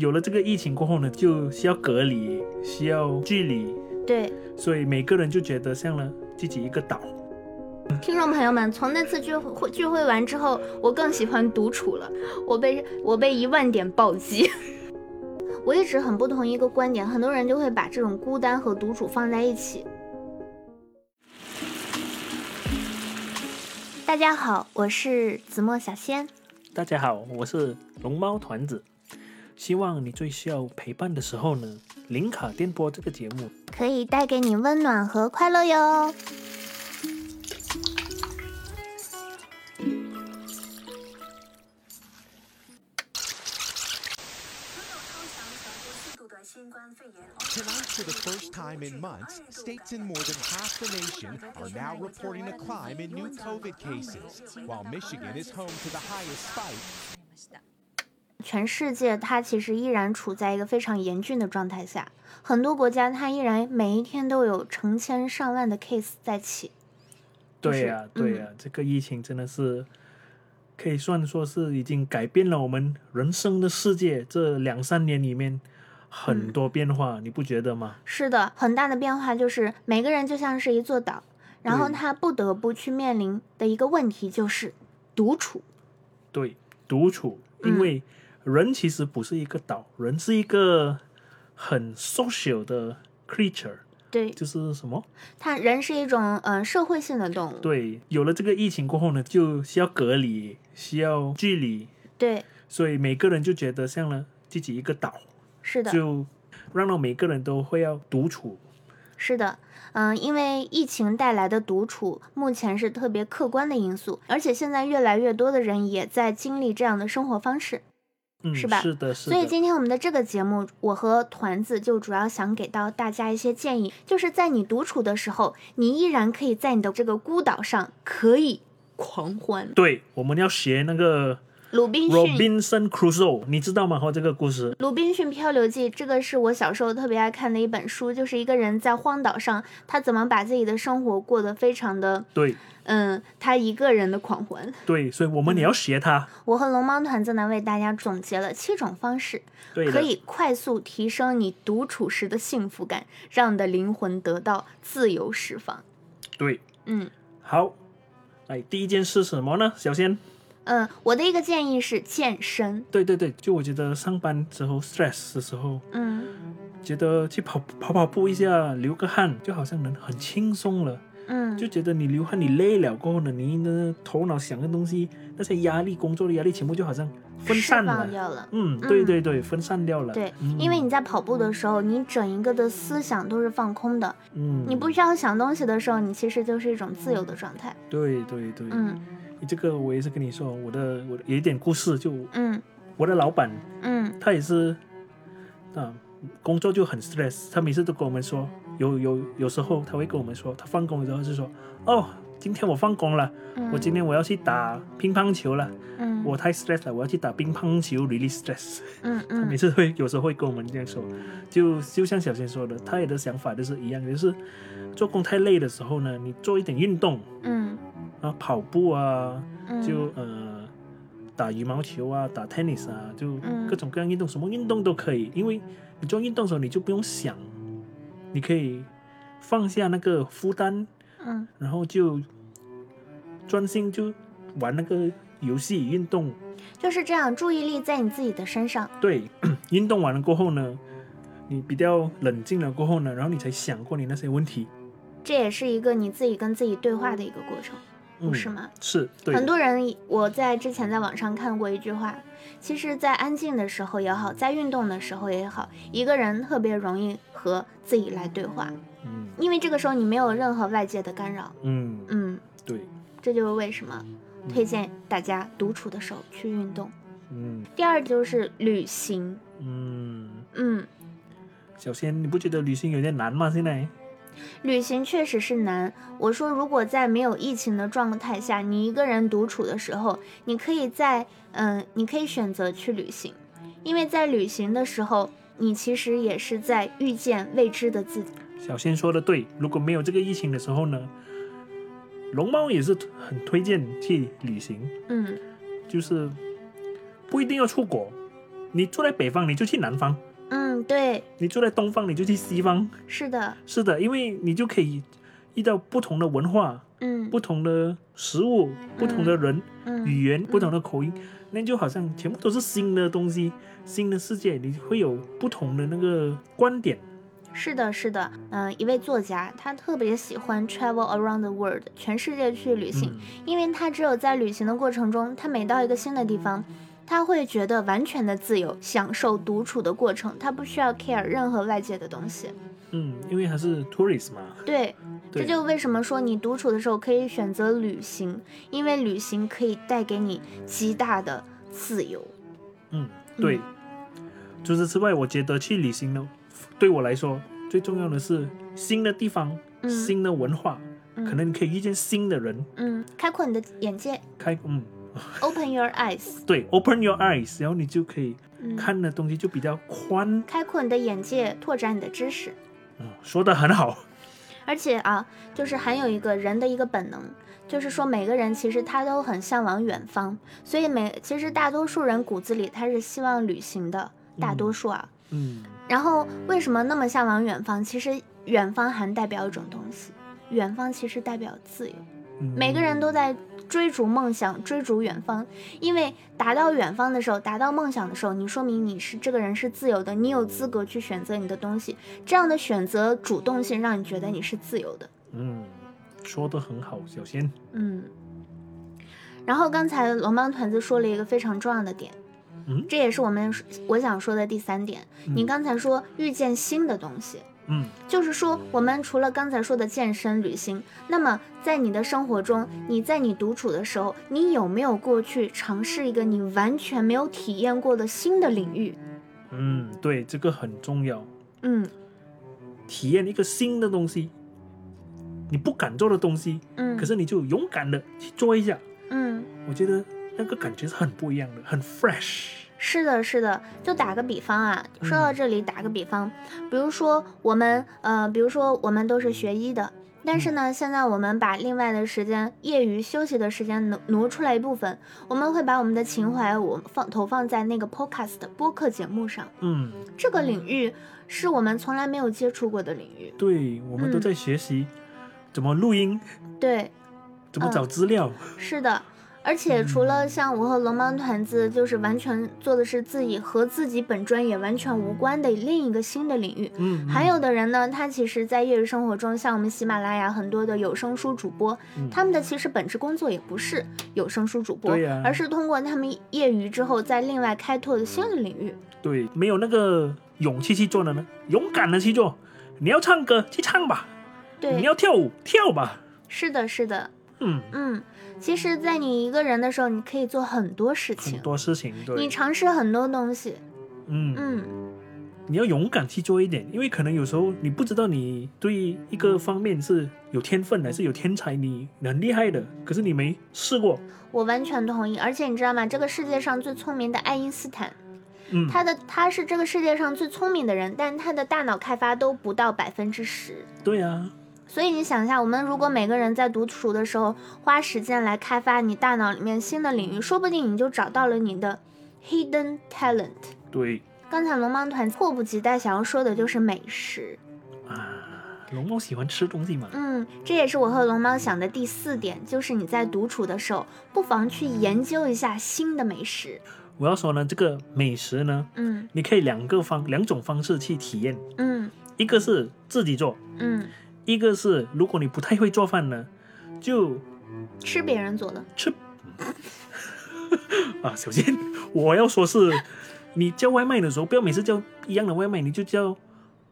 有了这个疫情过后呢，就需要隔离，需要距离，对，所以每个人就觉得像了自己一个岛。听众朋友们，从那次聚会聚会完之后，我更喜欢独处了。我被我被一万点暴击。 我一直很不同意一个观点，很多人就会把这种孤单和独处放在一起。大家好，我是子墨小仙。大家好，我是龙猫团子。希望你最需要陪伴的时候呢，林卡电波这个节目可以带给你温暖和快乐哟。 Tonight, for the first time in months, states in more than half the nation are now reporting a climb in new COVID cases, while Michigan is home to the highest spike. 全世界它其实依然处在一个非常严峻的状态下，很多国家它依然每一天都有成千上万的 case 在起。对呀、对呀、这个疫情真的是可以算说是已经改变了我们人生的世界。这两三年里面很多变化，你不觉得吗？是的，很大的变化就是每个人就像是一座岛，然后对他不得不去面临的一个问题就是独处。对，独处，嗯因为人其实不是一个岛，人是一个很 social 的 creature，对，就是什么？他人是一种嗯、呃社会性的动物。对，有了这个疫情过后呢，就需要隔离，需要距离，对，所以每个人就觉得像了自己一个岛，是的。就让到每个人都会要独处。是的，嗯，因为疫情带来的独处，目前是特别客观的因素，而且现在越来越多的人也在经历这样的生活方式。嗯，是吧是的，是所的。以今天我们的这个节目，我和团子就主要想给到大家一些建议，就是在你独处的时候，你依然可以在你的这个孤岛上可以狂欢。对，我们要学那个鲁滨逊。 Robinson Crusoe，你知道吗？哦和这个故事。鲁滨逊漂流记，这个是我小时候特别爱看的一本书，就是一个人在荒岛上，他怎么把自己的生活过得非常的，对嗯，他一个人的狂欢。对，所以我们也要学它。我和龙猫团子呢，为大家总结了七种方式，对的，可以快速提升你独处时的幸福感，让你的灵魂得到自由释放。对，嗯好。哎，第一件事什么呢？小仙，嗯，我的一个建议是健身。对对对，就我觉得上班之后 stress 的时候，嗯觉得去跑跑跑步一下，流个汗，就好像能很轻松了。就嗯，觉得你流汗，你累了过后呢，你呢头脑想的东西，那些压力、工作的压力，全部就好像分散释了放。掉了。嗯，嗯对对对，分散掉了。对，嗯因为你在跑步的时候，你整一个的思想都是放空的，嗯，你不需要想东西的时候，你其实就是一种自由的状态。对对对，嗯这个我也是跟你说，我的我的有一点故事，就嗯我的老板嗯他也是，啊，工作就很 stress，他每次都跟我们说，有有有时候他会跟我们说，他放工的时候就说，哦，今天我放工了，嗯，我今天我要去打乒乓球了，嗯我太 stress 了，我要去打乒乓球，release stress。嗯他每嗯次会有时候会跟我们这样说，就就像小仙说的，他也的想法就是一样，就是做工太累的时候呢，你做一点运动嗯啊，跑步啊，嗯，就呃打羽毛球啊，打 tennis 啊，就嗯各种各样运动，什么运动都可以，因为你做运动的时候你就不用想，你可以放下那个负担，嗯然后就专心就玩那个游戏运动，就是这样，注意力在你自己的身上。对，运动完了过后呢，你比较冷静了过后呢，然后你才想过你那些问题，这也是一个你自己跟自己对话的一个过程，嗯，不是吗？是，对，很多人，我在之前在网上看过一句话，其实，在安静的时候也好，在运动的时候也好，一个人特别容易和自己来对话，嗯因为这个时候你没有任何外界的干扰。嗯，嗯，对，这就是为什么推荐大家独处的时候去运动。嗯第二就是旅行，嗯，嗯，小仙，你不觉得旅行有点难吗？现在，旅行确实是难。我说，如果在没有疫情的状态下，你一个人独处的时候，你可以在嗯、你可以选择去旅行，因为在旅行的时候，你其实也是在遇见未知的自己。小仙说的对，如果没有这个疫情的时候呢，龙猫也是很推荐去旅行，嗯就是不一定要出国，你住在北方，你就去南方；嗯，对，你住在东方，你就去西方。是的，是的，因为你就可以遇到不同的文化、嗯，不同的食物、不同的人、嗯，语言、不同的口音，那就好像全部都是新的东西、新的世界，你会有不同的那个观点。是的，是的，嗯、一位作家，他特别喜欢 travel around the world，全世界去旅行，嗯，因为他只有在旅行的过程中，他每到一个新的地方，他会觉得完全的自由，享受独处的过程，他不需要 care 任何外界的东西。嗯，因为还是 tourist 嘛，对，对这就为什么说你独处的时候可以选择旅行，因为旅行可以带给你极大的自由。嗯，对。除此之外，我觉得去旅行呢，对我来说最重要的是新的地方、嗯新的文化，嗯可能你可以遇见新的人，嗯，开阔你的眼界开嗯， ，open your eyes。对，open your eyes，然后你就可以嗯，看的东西就比较宽。开阔你的眼界，拓展你的知识。嗯，说的很 好，而且啊，就是还有一个人的一个本能，就是说每个人其实他都很向往远方，所以每其实大多数人骨子里他是希望旅行的，大多数啊。嗯，然后为什么那么向往远方？其实远方还代表一种东西，远方其实代表自由。嗯每个人都在追逐梦想，追逐远方，因为达到远方的时候，达到梦想的时候，你说明你是这个人是自由的，你有资格去选择你的东西。这样的选择主动性让你觉得你是自由的。嗯，说的很好，小仙，嗯，然后刚才龙帮团子说了一个非常重要的点，嗯这也是我们我想说的第三点。你嗯刚才说遇见新的东西，嗯就是说我们除了刚才说的健身、旅行，那么在你的生活中，你在你独处的时候，你有没有过去尝试一个你完全没有体验过的新的领域？嗯，对，这个很重要，嗯体验一个新的东西，你不敢做的东西，嗯，可是你就勇敢的去做一下，嗯。我觉得那个感觉是很不一样的，很 fresh。是的，是的，就打个比方啊，说到嗯这里，打个比方，比如说我们，呃，比如说我们都是学医的，但嗯是呢，现在我们把另外的时间、业余休息的时间挪挪出来一部分，我们会把我们的情怀我放投放在那个 podcast 的播客节目上，嗯，这个领域是我们从来没有接触过的领域，对，我们都嗯在学习怎么录音，对，怎么嗯找资料。是的，而且嗯除了像我和龙猫团子，就是完全做的是自己和自己本专业完全无关的另一个新的领域。嗯，还嗯有的人呢，他其实，在业余生活中，像我们喜马拉雅很多的有声书主播，嗯他们的其实本职工作也不是有声书主播，对呀而是通过他们业余之后，再另外开拓的新的嗯领域。对没有那个勇气去做的呢，勇敢的去做。你要唱歌，去唱吧；你对，要跳舞，跳吧。是的，是的，嗯，嗯，其实，在你一个人的时候，你可以做很多事情很，多事情你对，尝试很多东西，嗯，嗯，你要勇敢去做一点，因为可能有时候你不知道你对一个方面是有天分还是有天才，你很厉害的，可是你没试过。我完全同意。而且你知道吗？这个世界上最聪明的爱因斯坦，嗯，他的他是这个世界上最聪明的人，但他的大脑开发都不到百分之十。对啊，所以你想一下，我们如果每个人在独处的时候花时间来开发你大脑里面新的领域，说不定你就找到了你的 hidden talent。对刚才龙猫团迫不及待想要说的就是美食，啊，龙猫喜欢吃东西嘛。嗯，这也是我和龙猫想的第四点，就是你在独处的时候，不妨去研究一下新的美食。我要说呢，这个美食呢，嗯你可以两个方两种方式去体验，嗯一个是自己做，嗯，一个是如果你不太会做饭呢，就吃别人做的，吃。 啊，首先我要说是，你叫外卖的时候，不要每次叫一样的外卖，你就叫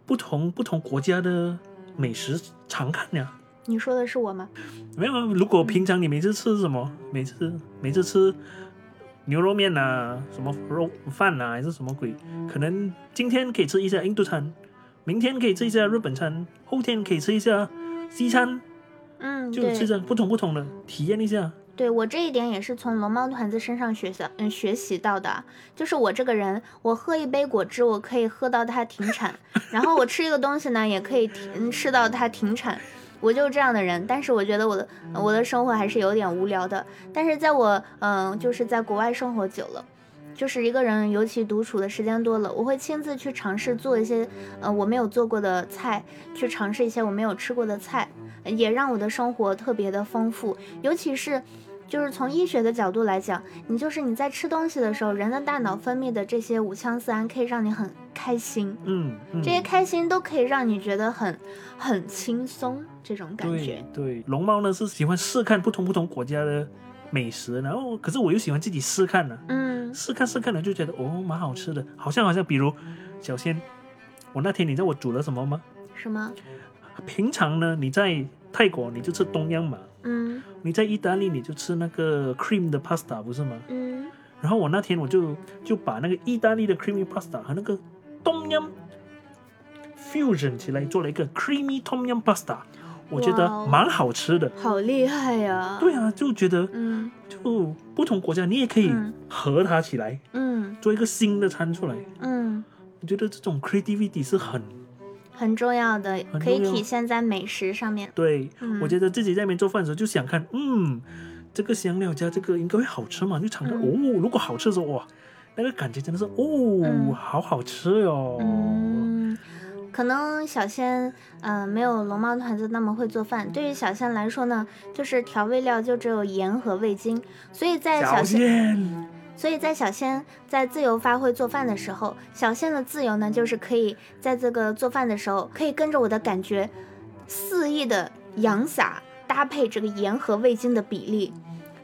不同不同国家的美食尝看呀。你说的是我吗？没有，如果平常你每次吃什么，每次每次吃牛肉面啊，什么肉饭啊，还是什么鬼，可能今天可以吃一下印度餐，明天可以吃一下日本餐，后天可以吃一下西餐，嗯，就对。吃着不同不同的体验一下。对我这一点也是从龙猫团子身上学习嗯学习到的啊，就是我这个人，我喝一杯果汁，我可以喝到它停产，然后我吃一个东西呢，也可以停吃到它停产，我就是这样的人。但是我觉得我的我的生活还是有点无聊的，但是在我嗯、就是在国外生活久了，就是一个人，尤其独处的时间多了，我会亲自去尝试做一些呃我没有做过的菜，去尝试一些我没有吃过的菜，呃也让我的生活特别的丰富。尤其是就是从医学的角度来讲，你就是你在吃东西的时候，人的大脑分泌的这些五羟色胺可以让你很开心，嗯，嗯这些开心都可以让你觉得很很轻松这种感觉。对对，龙猫呢是喜欢试看不同不同国家的美食，然后可是我又喜欢自己试看呢、啊嗯试看试看了就觉得哦蛮好吃的，好像好像比如小仙，我那天你知道我煮了什么吗？什么？平常呢你在泰国你就吃东阳嘛，嗯你在意大利你就吃那个 cream 的 pasta 不是吗？嗯然后我那天我就就把那个意大利的 creamy pasta 和那个东阳 fusion 起来做了一个 creamy 东阳 pasta，我觉哇哦得蛮好吃的。好厉害呀！对啊，就觉得嗯就不同国家你也可以嗯合它起来，嗯做一个新的餐出来。嗯，我觉得这种 creativity 是很很重要的，很可以重要体现在美食上面。对。嗯我觉得自己在那边做饭的时候就想看，嗯，这个香料加这个应该会好吃嘛，就尝到、嗯哦，如果好吃的时候哇，那个感觉真的是哦，嗯好好吃哦。嗯，可能小仙呃没有龙猫团子那么会做饭。对于小仙来说呢，就是调味料就只有盐和味精，所以在小小仙仙，所以在小仙在自由发挥做饭的时候，小仙的自由呢，就是可以在这个做饭的时候，可以跟着我的感觉，肆意的扬撒，搭配这个盐和味精的比例，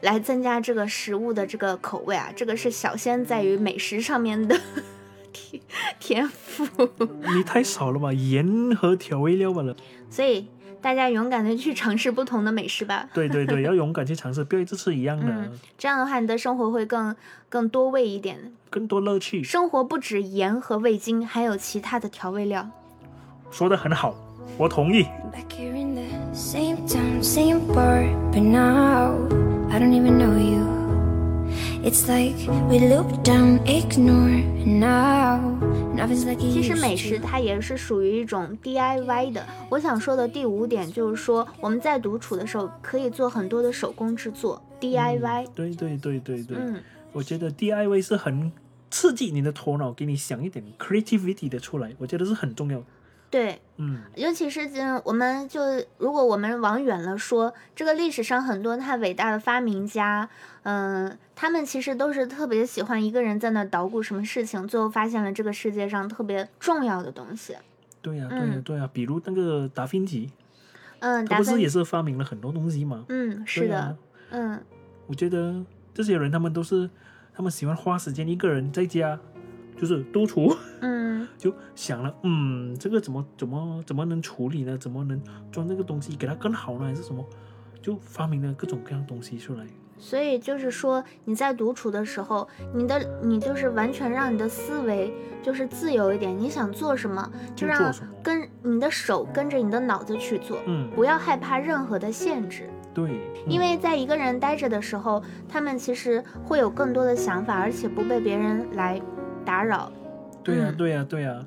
来增加这个食物的这个口味啊。这个是小仙在于美食上面的 天 天赋，你太少了吧，盐和调味料罢了。所以大家勇敢的去尝试不同的美食吧。 对对对，要勇敢去尝试，不要一直吃一样的，嗯这样的话，你的生活会更更多味一点。更多乐趣。生活不止盐和味精，还有其他的调味料。说的很好，我同意。 Back here in the same town, same bar, but now I don't even know you. It's like we loop down, ignore, and now nothing's like it 其实 used 美食 to. 它也是属于一种 DIY 的。我想说的第五点就是说，我们在独处的时候可以做很多的手工制作 DIY。对对对对对，嗯我觉得 DIY 是很刺激你的头脑，给你想一点 creativity 的出来，我觉得是很重要的。对，嗯，尤其是嗯，我们就如果我们往远了说，这个历史上很多太伟大的发明家，嗯、他们其实都是特别喜欢一个人在那捣鼓什么事情，最后发现了这个世界上特别重要的东西。对呀、对呀、嗯对呀、比如那个达芬奇，嗯，他达不是芬也，是发明了很多东西嘛？嗯，是对的，啊嗯我觉得这些人他们都是，他们喜欢花时间一个人在家，就是督厨，嗯 就想了，嗯，这个怎么怎么怎么能处理呢？怎么能装这个东西给它更好呢？还是什么？就发明了各种各样东西出来。所以就是说，你在独处的时候，你的你就是完全让你的思维就是自由一点，你想做什么就就做让什么跟你的手跟着你的脑子去做，嗯，不要害怕任何的限制。对，嗯因为在一个人待着的时候，他们其实会有更多的想法，而且不被别人来打扰。对呀、嗯对呀、对呀、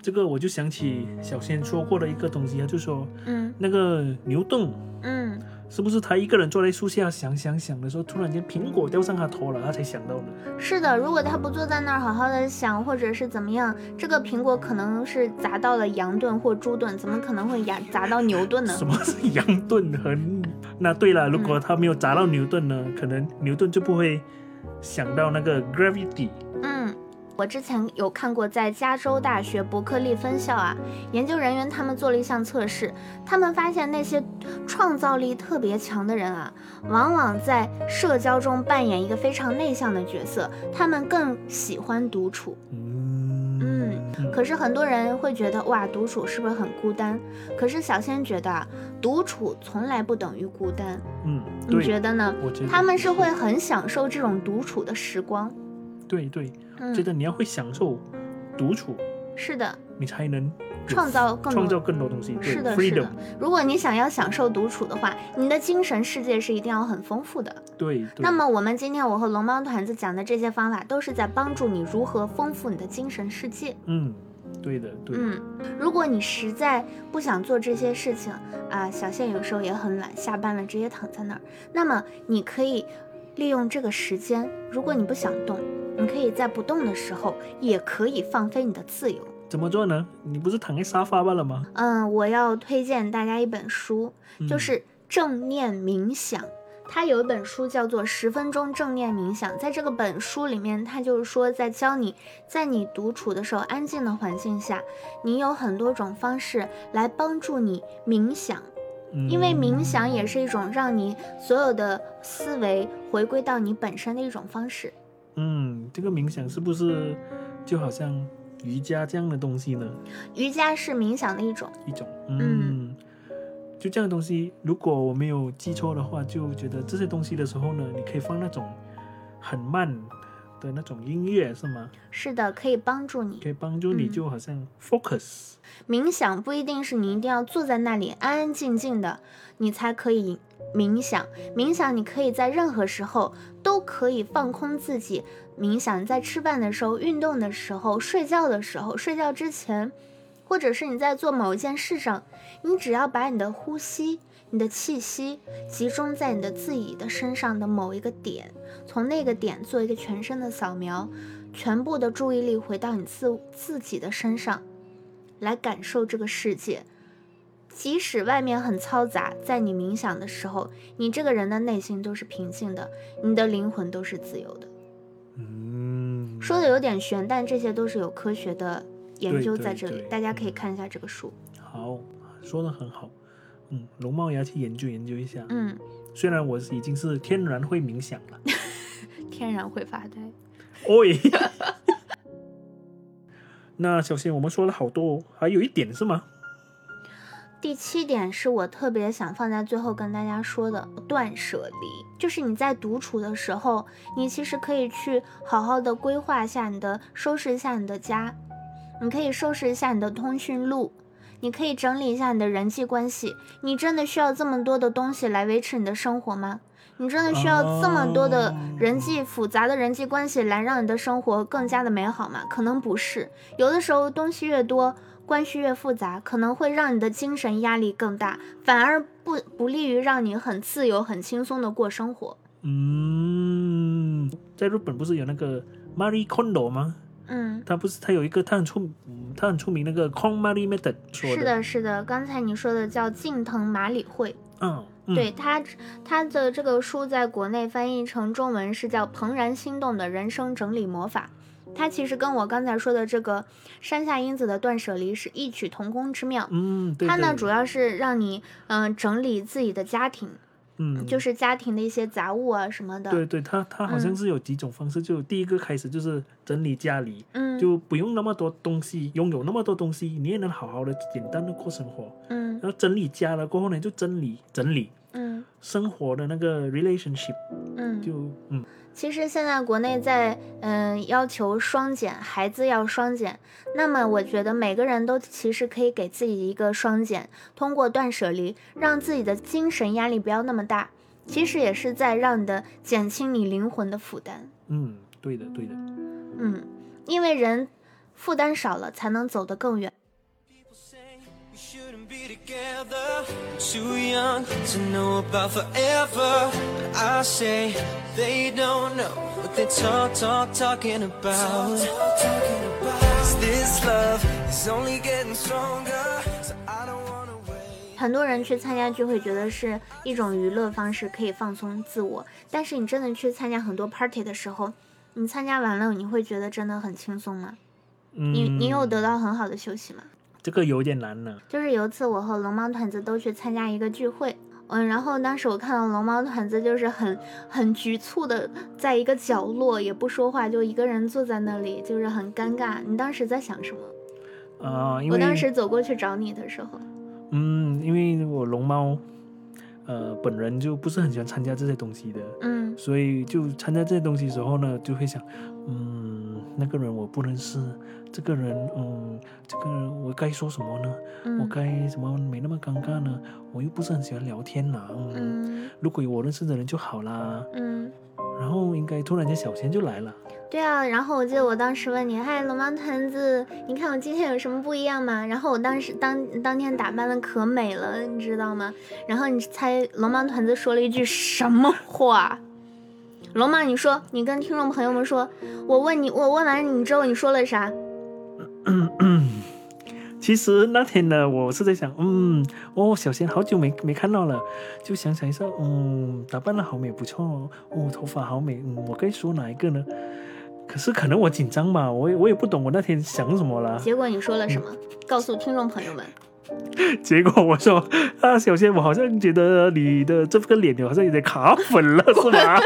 这个我就想起小仙说过的一个东西，他就说嗯那个牛顿嗯，是不是他一个人坐在树下想想想的时候，突然间苹果掉上他头了，他才想到的。是的，如果他不坐在那儿好好的想，或者是怎么样，这个苹果可能是砸到了羊顿或猪顿，怎么可能会砸砸到牛顿呢？什么是羊顿和？那对了，如果他没有砸到牛顿呢，可能牛顿就不会想到那个 gravity。嗯，我之前有看过，在加州大学伯克利分校啊，研究人员他们做了一项测试，他们发现那些创造力特别强的人啊，往往在社交中扮演一个非常内向的角色，他们更喜欢独处。嗯嗯嗯可是很多人会觉得哇，独处是不是很孤单？可是小仙觉得啊，独处从来不等于孤单，嗯，你觉对，嗯得呢？我觉得他们是会很享受这种独处的时光。 对对，嗯觉，得你要会享受独处，是的。你才能有创造更多创造更多东西。对嗯是的，是 freedom, 的。如果你想要享受独处的话，你的精神世界是一定要很丰富的。对对。那么，我们今天我和龙猫团子讲的这些方法，都是在帮助你如何丰富你的精神世界。嗯，对的，对的嗯，如果你实在不想做这些事情啊，小谢有时候也很懒，下班了直接躺在那儿，那么你可以利用这个时间，如果你不想动，你可以在不动的时候，也可以放飞你的自由。怎么做呢？你不是躺在沙发罢了吗？嗯嗯，我要推荐大家一本书，就是正念冥想。它有一本书叫做《十分钟正念冥想》，在这个本书里面，它就是说在教你，在你独处的时候，安静的环境下，你有很多种方式来帮助你冥想。嗯因为冥想也是一种让你所有的思维回归到你本身的一种方式。嗯，这个冥想是不是就好像瑜伽这样的东西呢？瑜伽是冥想的一种，一种，嗯，就这样的东西，如果我没有记错的话，就觉得这些东西的时候呢，你可以放那种很慢的那种音乐，是吗？是的，可以帮助你可以帮助你，嗯就好像 focus，冥想不一定是你一定要坐在那里安安静静的，你才可以冥想。冥想你可以在任何时候都可以放空自己。冥想在吃饭的时候、运动的时候、睡觉的时候、睡觉之前，或者是你在做某一件事上，你只要把你的呼吸、你的气息集中在你的自己的身上的某一个点，从那个点做一个全身的扫描，全部的注意力回到你自自己的身上。来感受这个世界。即使外面很嘈杂，在你冥想的时候，你这个人的内心都是平静的，你的灵魂都是自由的。嗯，说的有点悬，但这些都是有科学的研对究对在这里，对大家可以嗯看一下这个书。好，说的很好，嗯，龙猫也要去研究研究一下。嗯，虽然我已经是天然会冥想了，天然会发呆。喂。 那小新，我们说了好多、哦，还有一点是吗？第七点是我特别想放在最后跟大家说的断舍离，就是你在独处的时候，你其实可以去好好的规划一下你的，收拾一下你的家，你可以收拾一下你的通讯录，你可以整理一下你的人际关系。你真的需要这么多的东西来维持你的生活吗？你真的需要这么多的人际复杂的人际关系来让你的生活更加的美好吗？可能不是，有的时候东西越多，关系越复杂，可能会让你的精神压力更大，反而不不利于让你很自由、很轻松的过生活。嗯，在日本不是有那个 Marie Kondo 吗？嗯，他不是他有一个他很出嗯他很出名那个 k o n Marie Method 说是的，的，是的，刚才你说的叫近藤麻里惠，嗯，嗯对他他的这个书在国内翻译成中文是叫《怦然心动的人生整理魔法》。它其实跟我刚才说的这个山下英子的断舍离是异曲同工之妙。嗯，对，它呢对主要是让你嗯、呃整理自己的家庭，嗯就是家庭的一些杂物啊什么的。对对，他他好像嗯是有几种方式，就第一个开始就是整理家里，嗯，就不用那么多东西，拥有那么多东西，你也能好好的简单的过生活。嗯然后整理家了过后呢，就整理整理嗯生活的那个 relationship，嗯，就嗯其实现在国内在嗯、要求双减，孩子要双减，那么我觉得每个人都其实可以给自己一个双减，通过断舍离，让自己的精神压力不要那么大，其实也是在让你的减轻你灵魂的负担。嗯，对的对的，嗯，因为人负担少了，才能走得更远。 We shouldn't be together. Too young to know about forever. But I say they don't know what they talk, talk, talking about. Cause This love is only getting stronger. So I don't wanna wait. 很多人去参加聚会，觉得是一种娱乐方式，可以放松自我。但是你真的去参加很多 party 的时候，你参加完了，你会觉得真的很轻松吗？嗯，你你有得到很好的休息吗？这个有点难啊呢，就是有一次我和龙猫团子都去参加一个聚会，嗯，然后当时我看到龙猫团子就是很很局促的，在一个角落也不说话，就一个人坐在那里，就是很尴尬。你当时在想什么？啊、因为我当时走过去找你的时候，嗯，因为我龙猫，呃，本人就不是很喜欢参加这些东西的，嗯所以就参加这些东西的时候呢，就会想，嗯，那个人我不认识，这个人，嗯，这个人我该说什么呢？我嗯该怎么没那么尴尬呢？我又不是很喜欢聊天啦，嗯，嗯如果有我认识的人就好啦。嗯，然后应该突然间小贤就来了，对啊。然后我记得我当时问你，嗨，龙猫团子，你看我今天有什么不一样吗？然后我当时当当天打扮的可美了，你知道吗？然后你猜龙猫团子说了一句什么话？龙马，你说，你跟听众朋友们说，我问你，我问完你之后，你说了啥？其实那天呢，我是在想，嗯，哦，小仙好久没没看到了，就想想一下，嗯，打扮的好美，不错哦，哦，头发好美，嗯，我该说哪一个呢？可是可能我紧张吧，我也我也不懂我那天想什么啦。结果你说了什么？告诉听众朋友们。结果我说，啊，小仙，我好像觉得你的这个脸好像有点卡粉了，是 吧？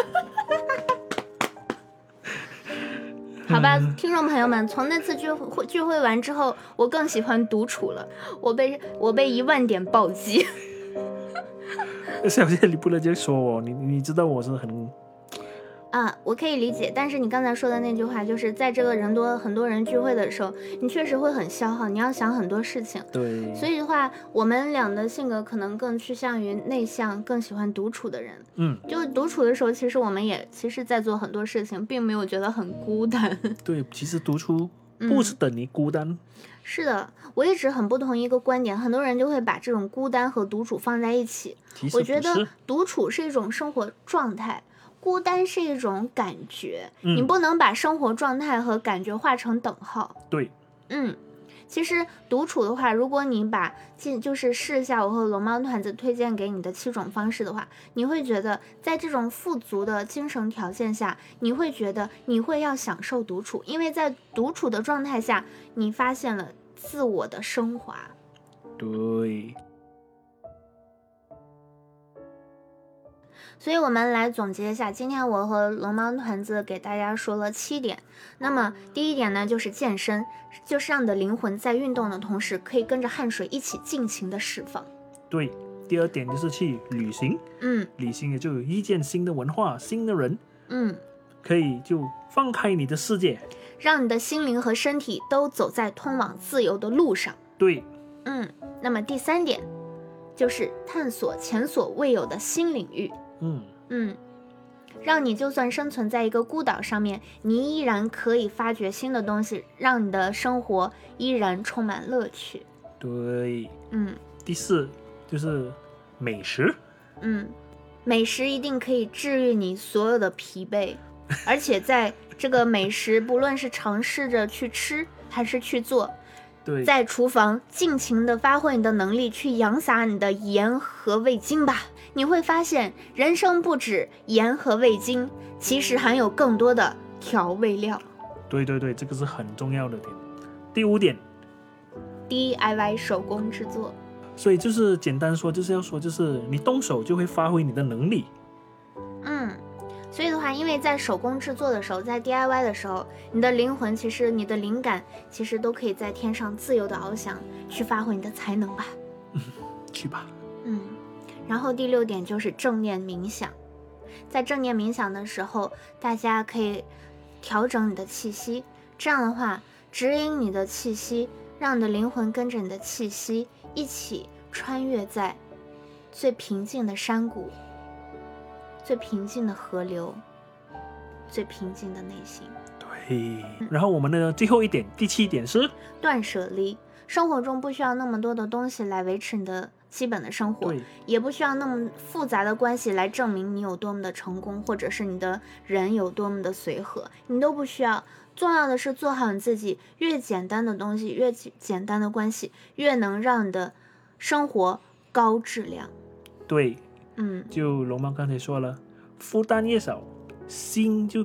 好吧，听众朋友们，从那次聚会聚会完之后，我更喜欢独处了。我被我被一万点暴击，小仙，你不能这样说我，你你知道我是很啊，我可以理解。但是你刚才说的那句话，就是在这个人多很多人聚会的时候，你确实会很消耗，你要想很多事情。对，所以的话，我们俩的性格可能更趋向于内向，更喜欢独处的人。嗯，就独处的时候，其实我们也其实在做很多事情，并没有觉得很孤单。 对，其实独处嗯不是等于孤单，是的，我一直很不同意一个观点，很多人就会把这种孤单和独处放在一起。其实我不觉得是独处是一种生活状态，孤单是一种感觉，你嗯不能把生活状态和感觉画成等号。对，嗯，其实独处的话，如果你把进就是试一下我和龙猫团子推荐给你的七种方式的话，你会觉得在这种富足的精神条件下，你会觉得你会要享受独处，因为在独处的状态下，你发现了自我的升华。对，所以我们来总结一下，今天我和龙猫团子给大家说了七点。那么第一点呢，就是健身，就是让你的灵魂在运动的同时，可以跟着汗水一起尽情的释放。对，第二点就是去旅行，嗯旅行也就有遇见新的文化、新的人，嗯，可以就放开你的世界。让你的心灵和身体都走在通往自由的路上。对，嗯，那么第三点就是探索前所未有的新领域。嗯，嗯，让你就算生存在一个孤岛上面，你依然可以发掘新的东西，让你的生活依然充满乐趣。对。嗯第四就是美食，嗯，美食一定可以治愈你所有的疲惫，而且在这个美食，不论是尝试着去吃还是去做，对，在厨房尽情的发挥你的能力，去扬洒你的盐和味精吧。你会发现，人生不止盐和味精，其实含有更多的调味料。对对对，这个是很重要的点。第五点， DIY 手工制作，所以就是简单说，就是要说，就是你动手就会发挥你的能力。嗯，所以的话，因为在手工制作的时候，在 DIY 的时候，你的灵魂其实你的灵感其实都可以在天上自由的翱翔，去发挥你的才能吧。去吧，嗯，然后第六点就是正念冥想，在正念冥想的时候，大家可以调整你的气息，这样的话指引你的气息，让你的灵魂跟着你的气息一起穿越在最平静的山谷、最平静的河流、最平静的内心。对。然后我们的最后一点，第七点是，断舍离，生活中不需要那么多的东西来维持你的基本的生活对，也不需要那么复杂的关系来证明你有多么的成功，或者是你的人有多么的随和，你都不需要。重要的是做好你自己，越简单的东西，越简简单的关系，越能让你的生活高质量。对，嗯，就龙猫刚才说了，负担越少，心就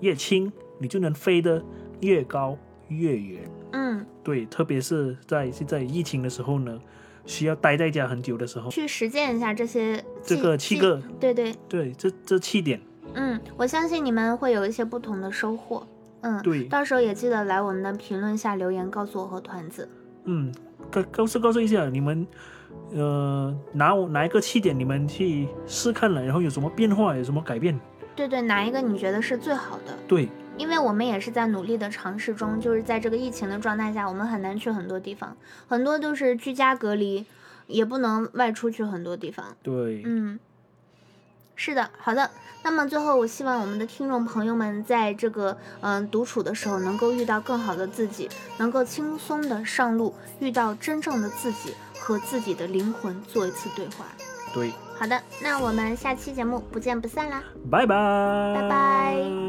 越轻，你就能飞得越高越远。嗯，对，特别是在现在疫情的时候呢，需要待在家很久的时候，去实践一下这些这技个七技个对对，对，这这七点，嗯，我相信你们会有一些不同的收获。嗯，对到时候也记得来我们的评论下留言，告诉我和团子。嗯，告告诉告诉一下你们，呃，拿我哪一个七点你们去试看了，然后有什么变化，有什么改变？对对，哪一个你觉得是最好的？对，因为我们也是在努力的尝试中，就是在这个疫情的状态下，我们很难去很多地方，很多都是居家隔离，也不能外出去很多地方。对，嗯，是的，好的。那么最后，我希望我们的听众朋友们在这个嗯、独处的时候，能够遇到更好的自己，能够轻松的上路，遇到真正的自己和自己的灵魂做一次对话。对，好的，那我们下期节目不见不散啦。拜拜，拜拜。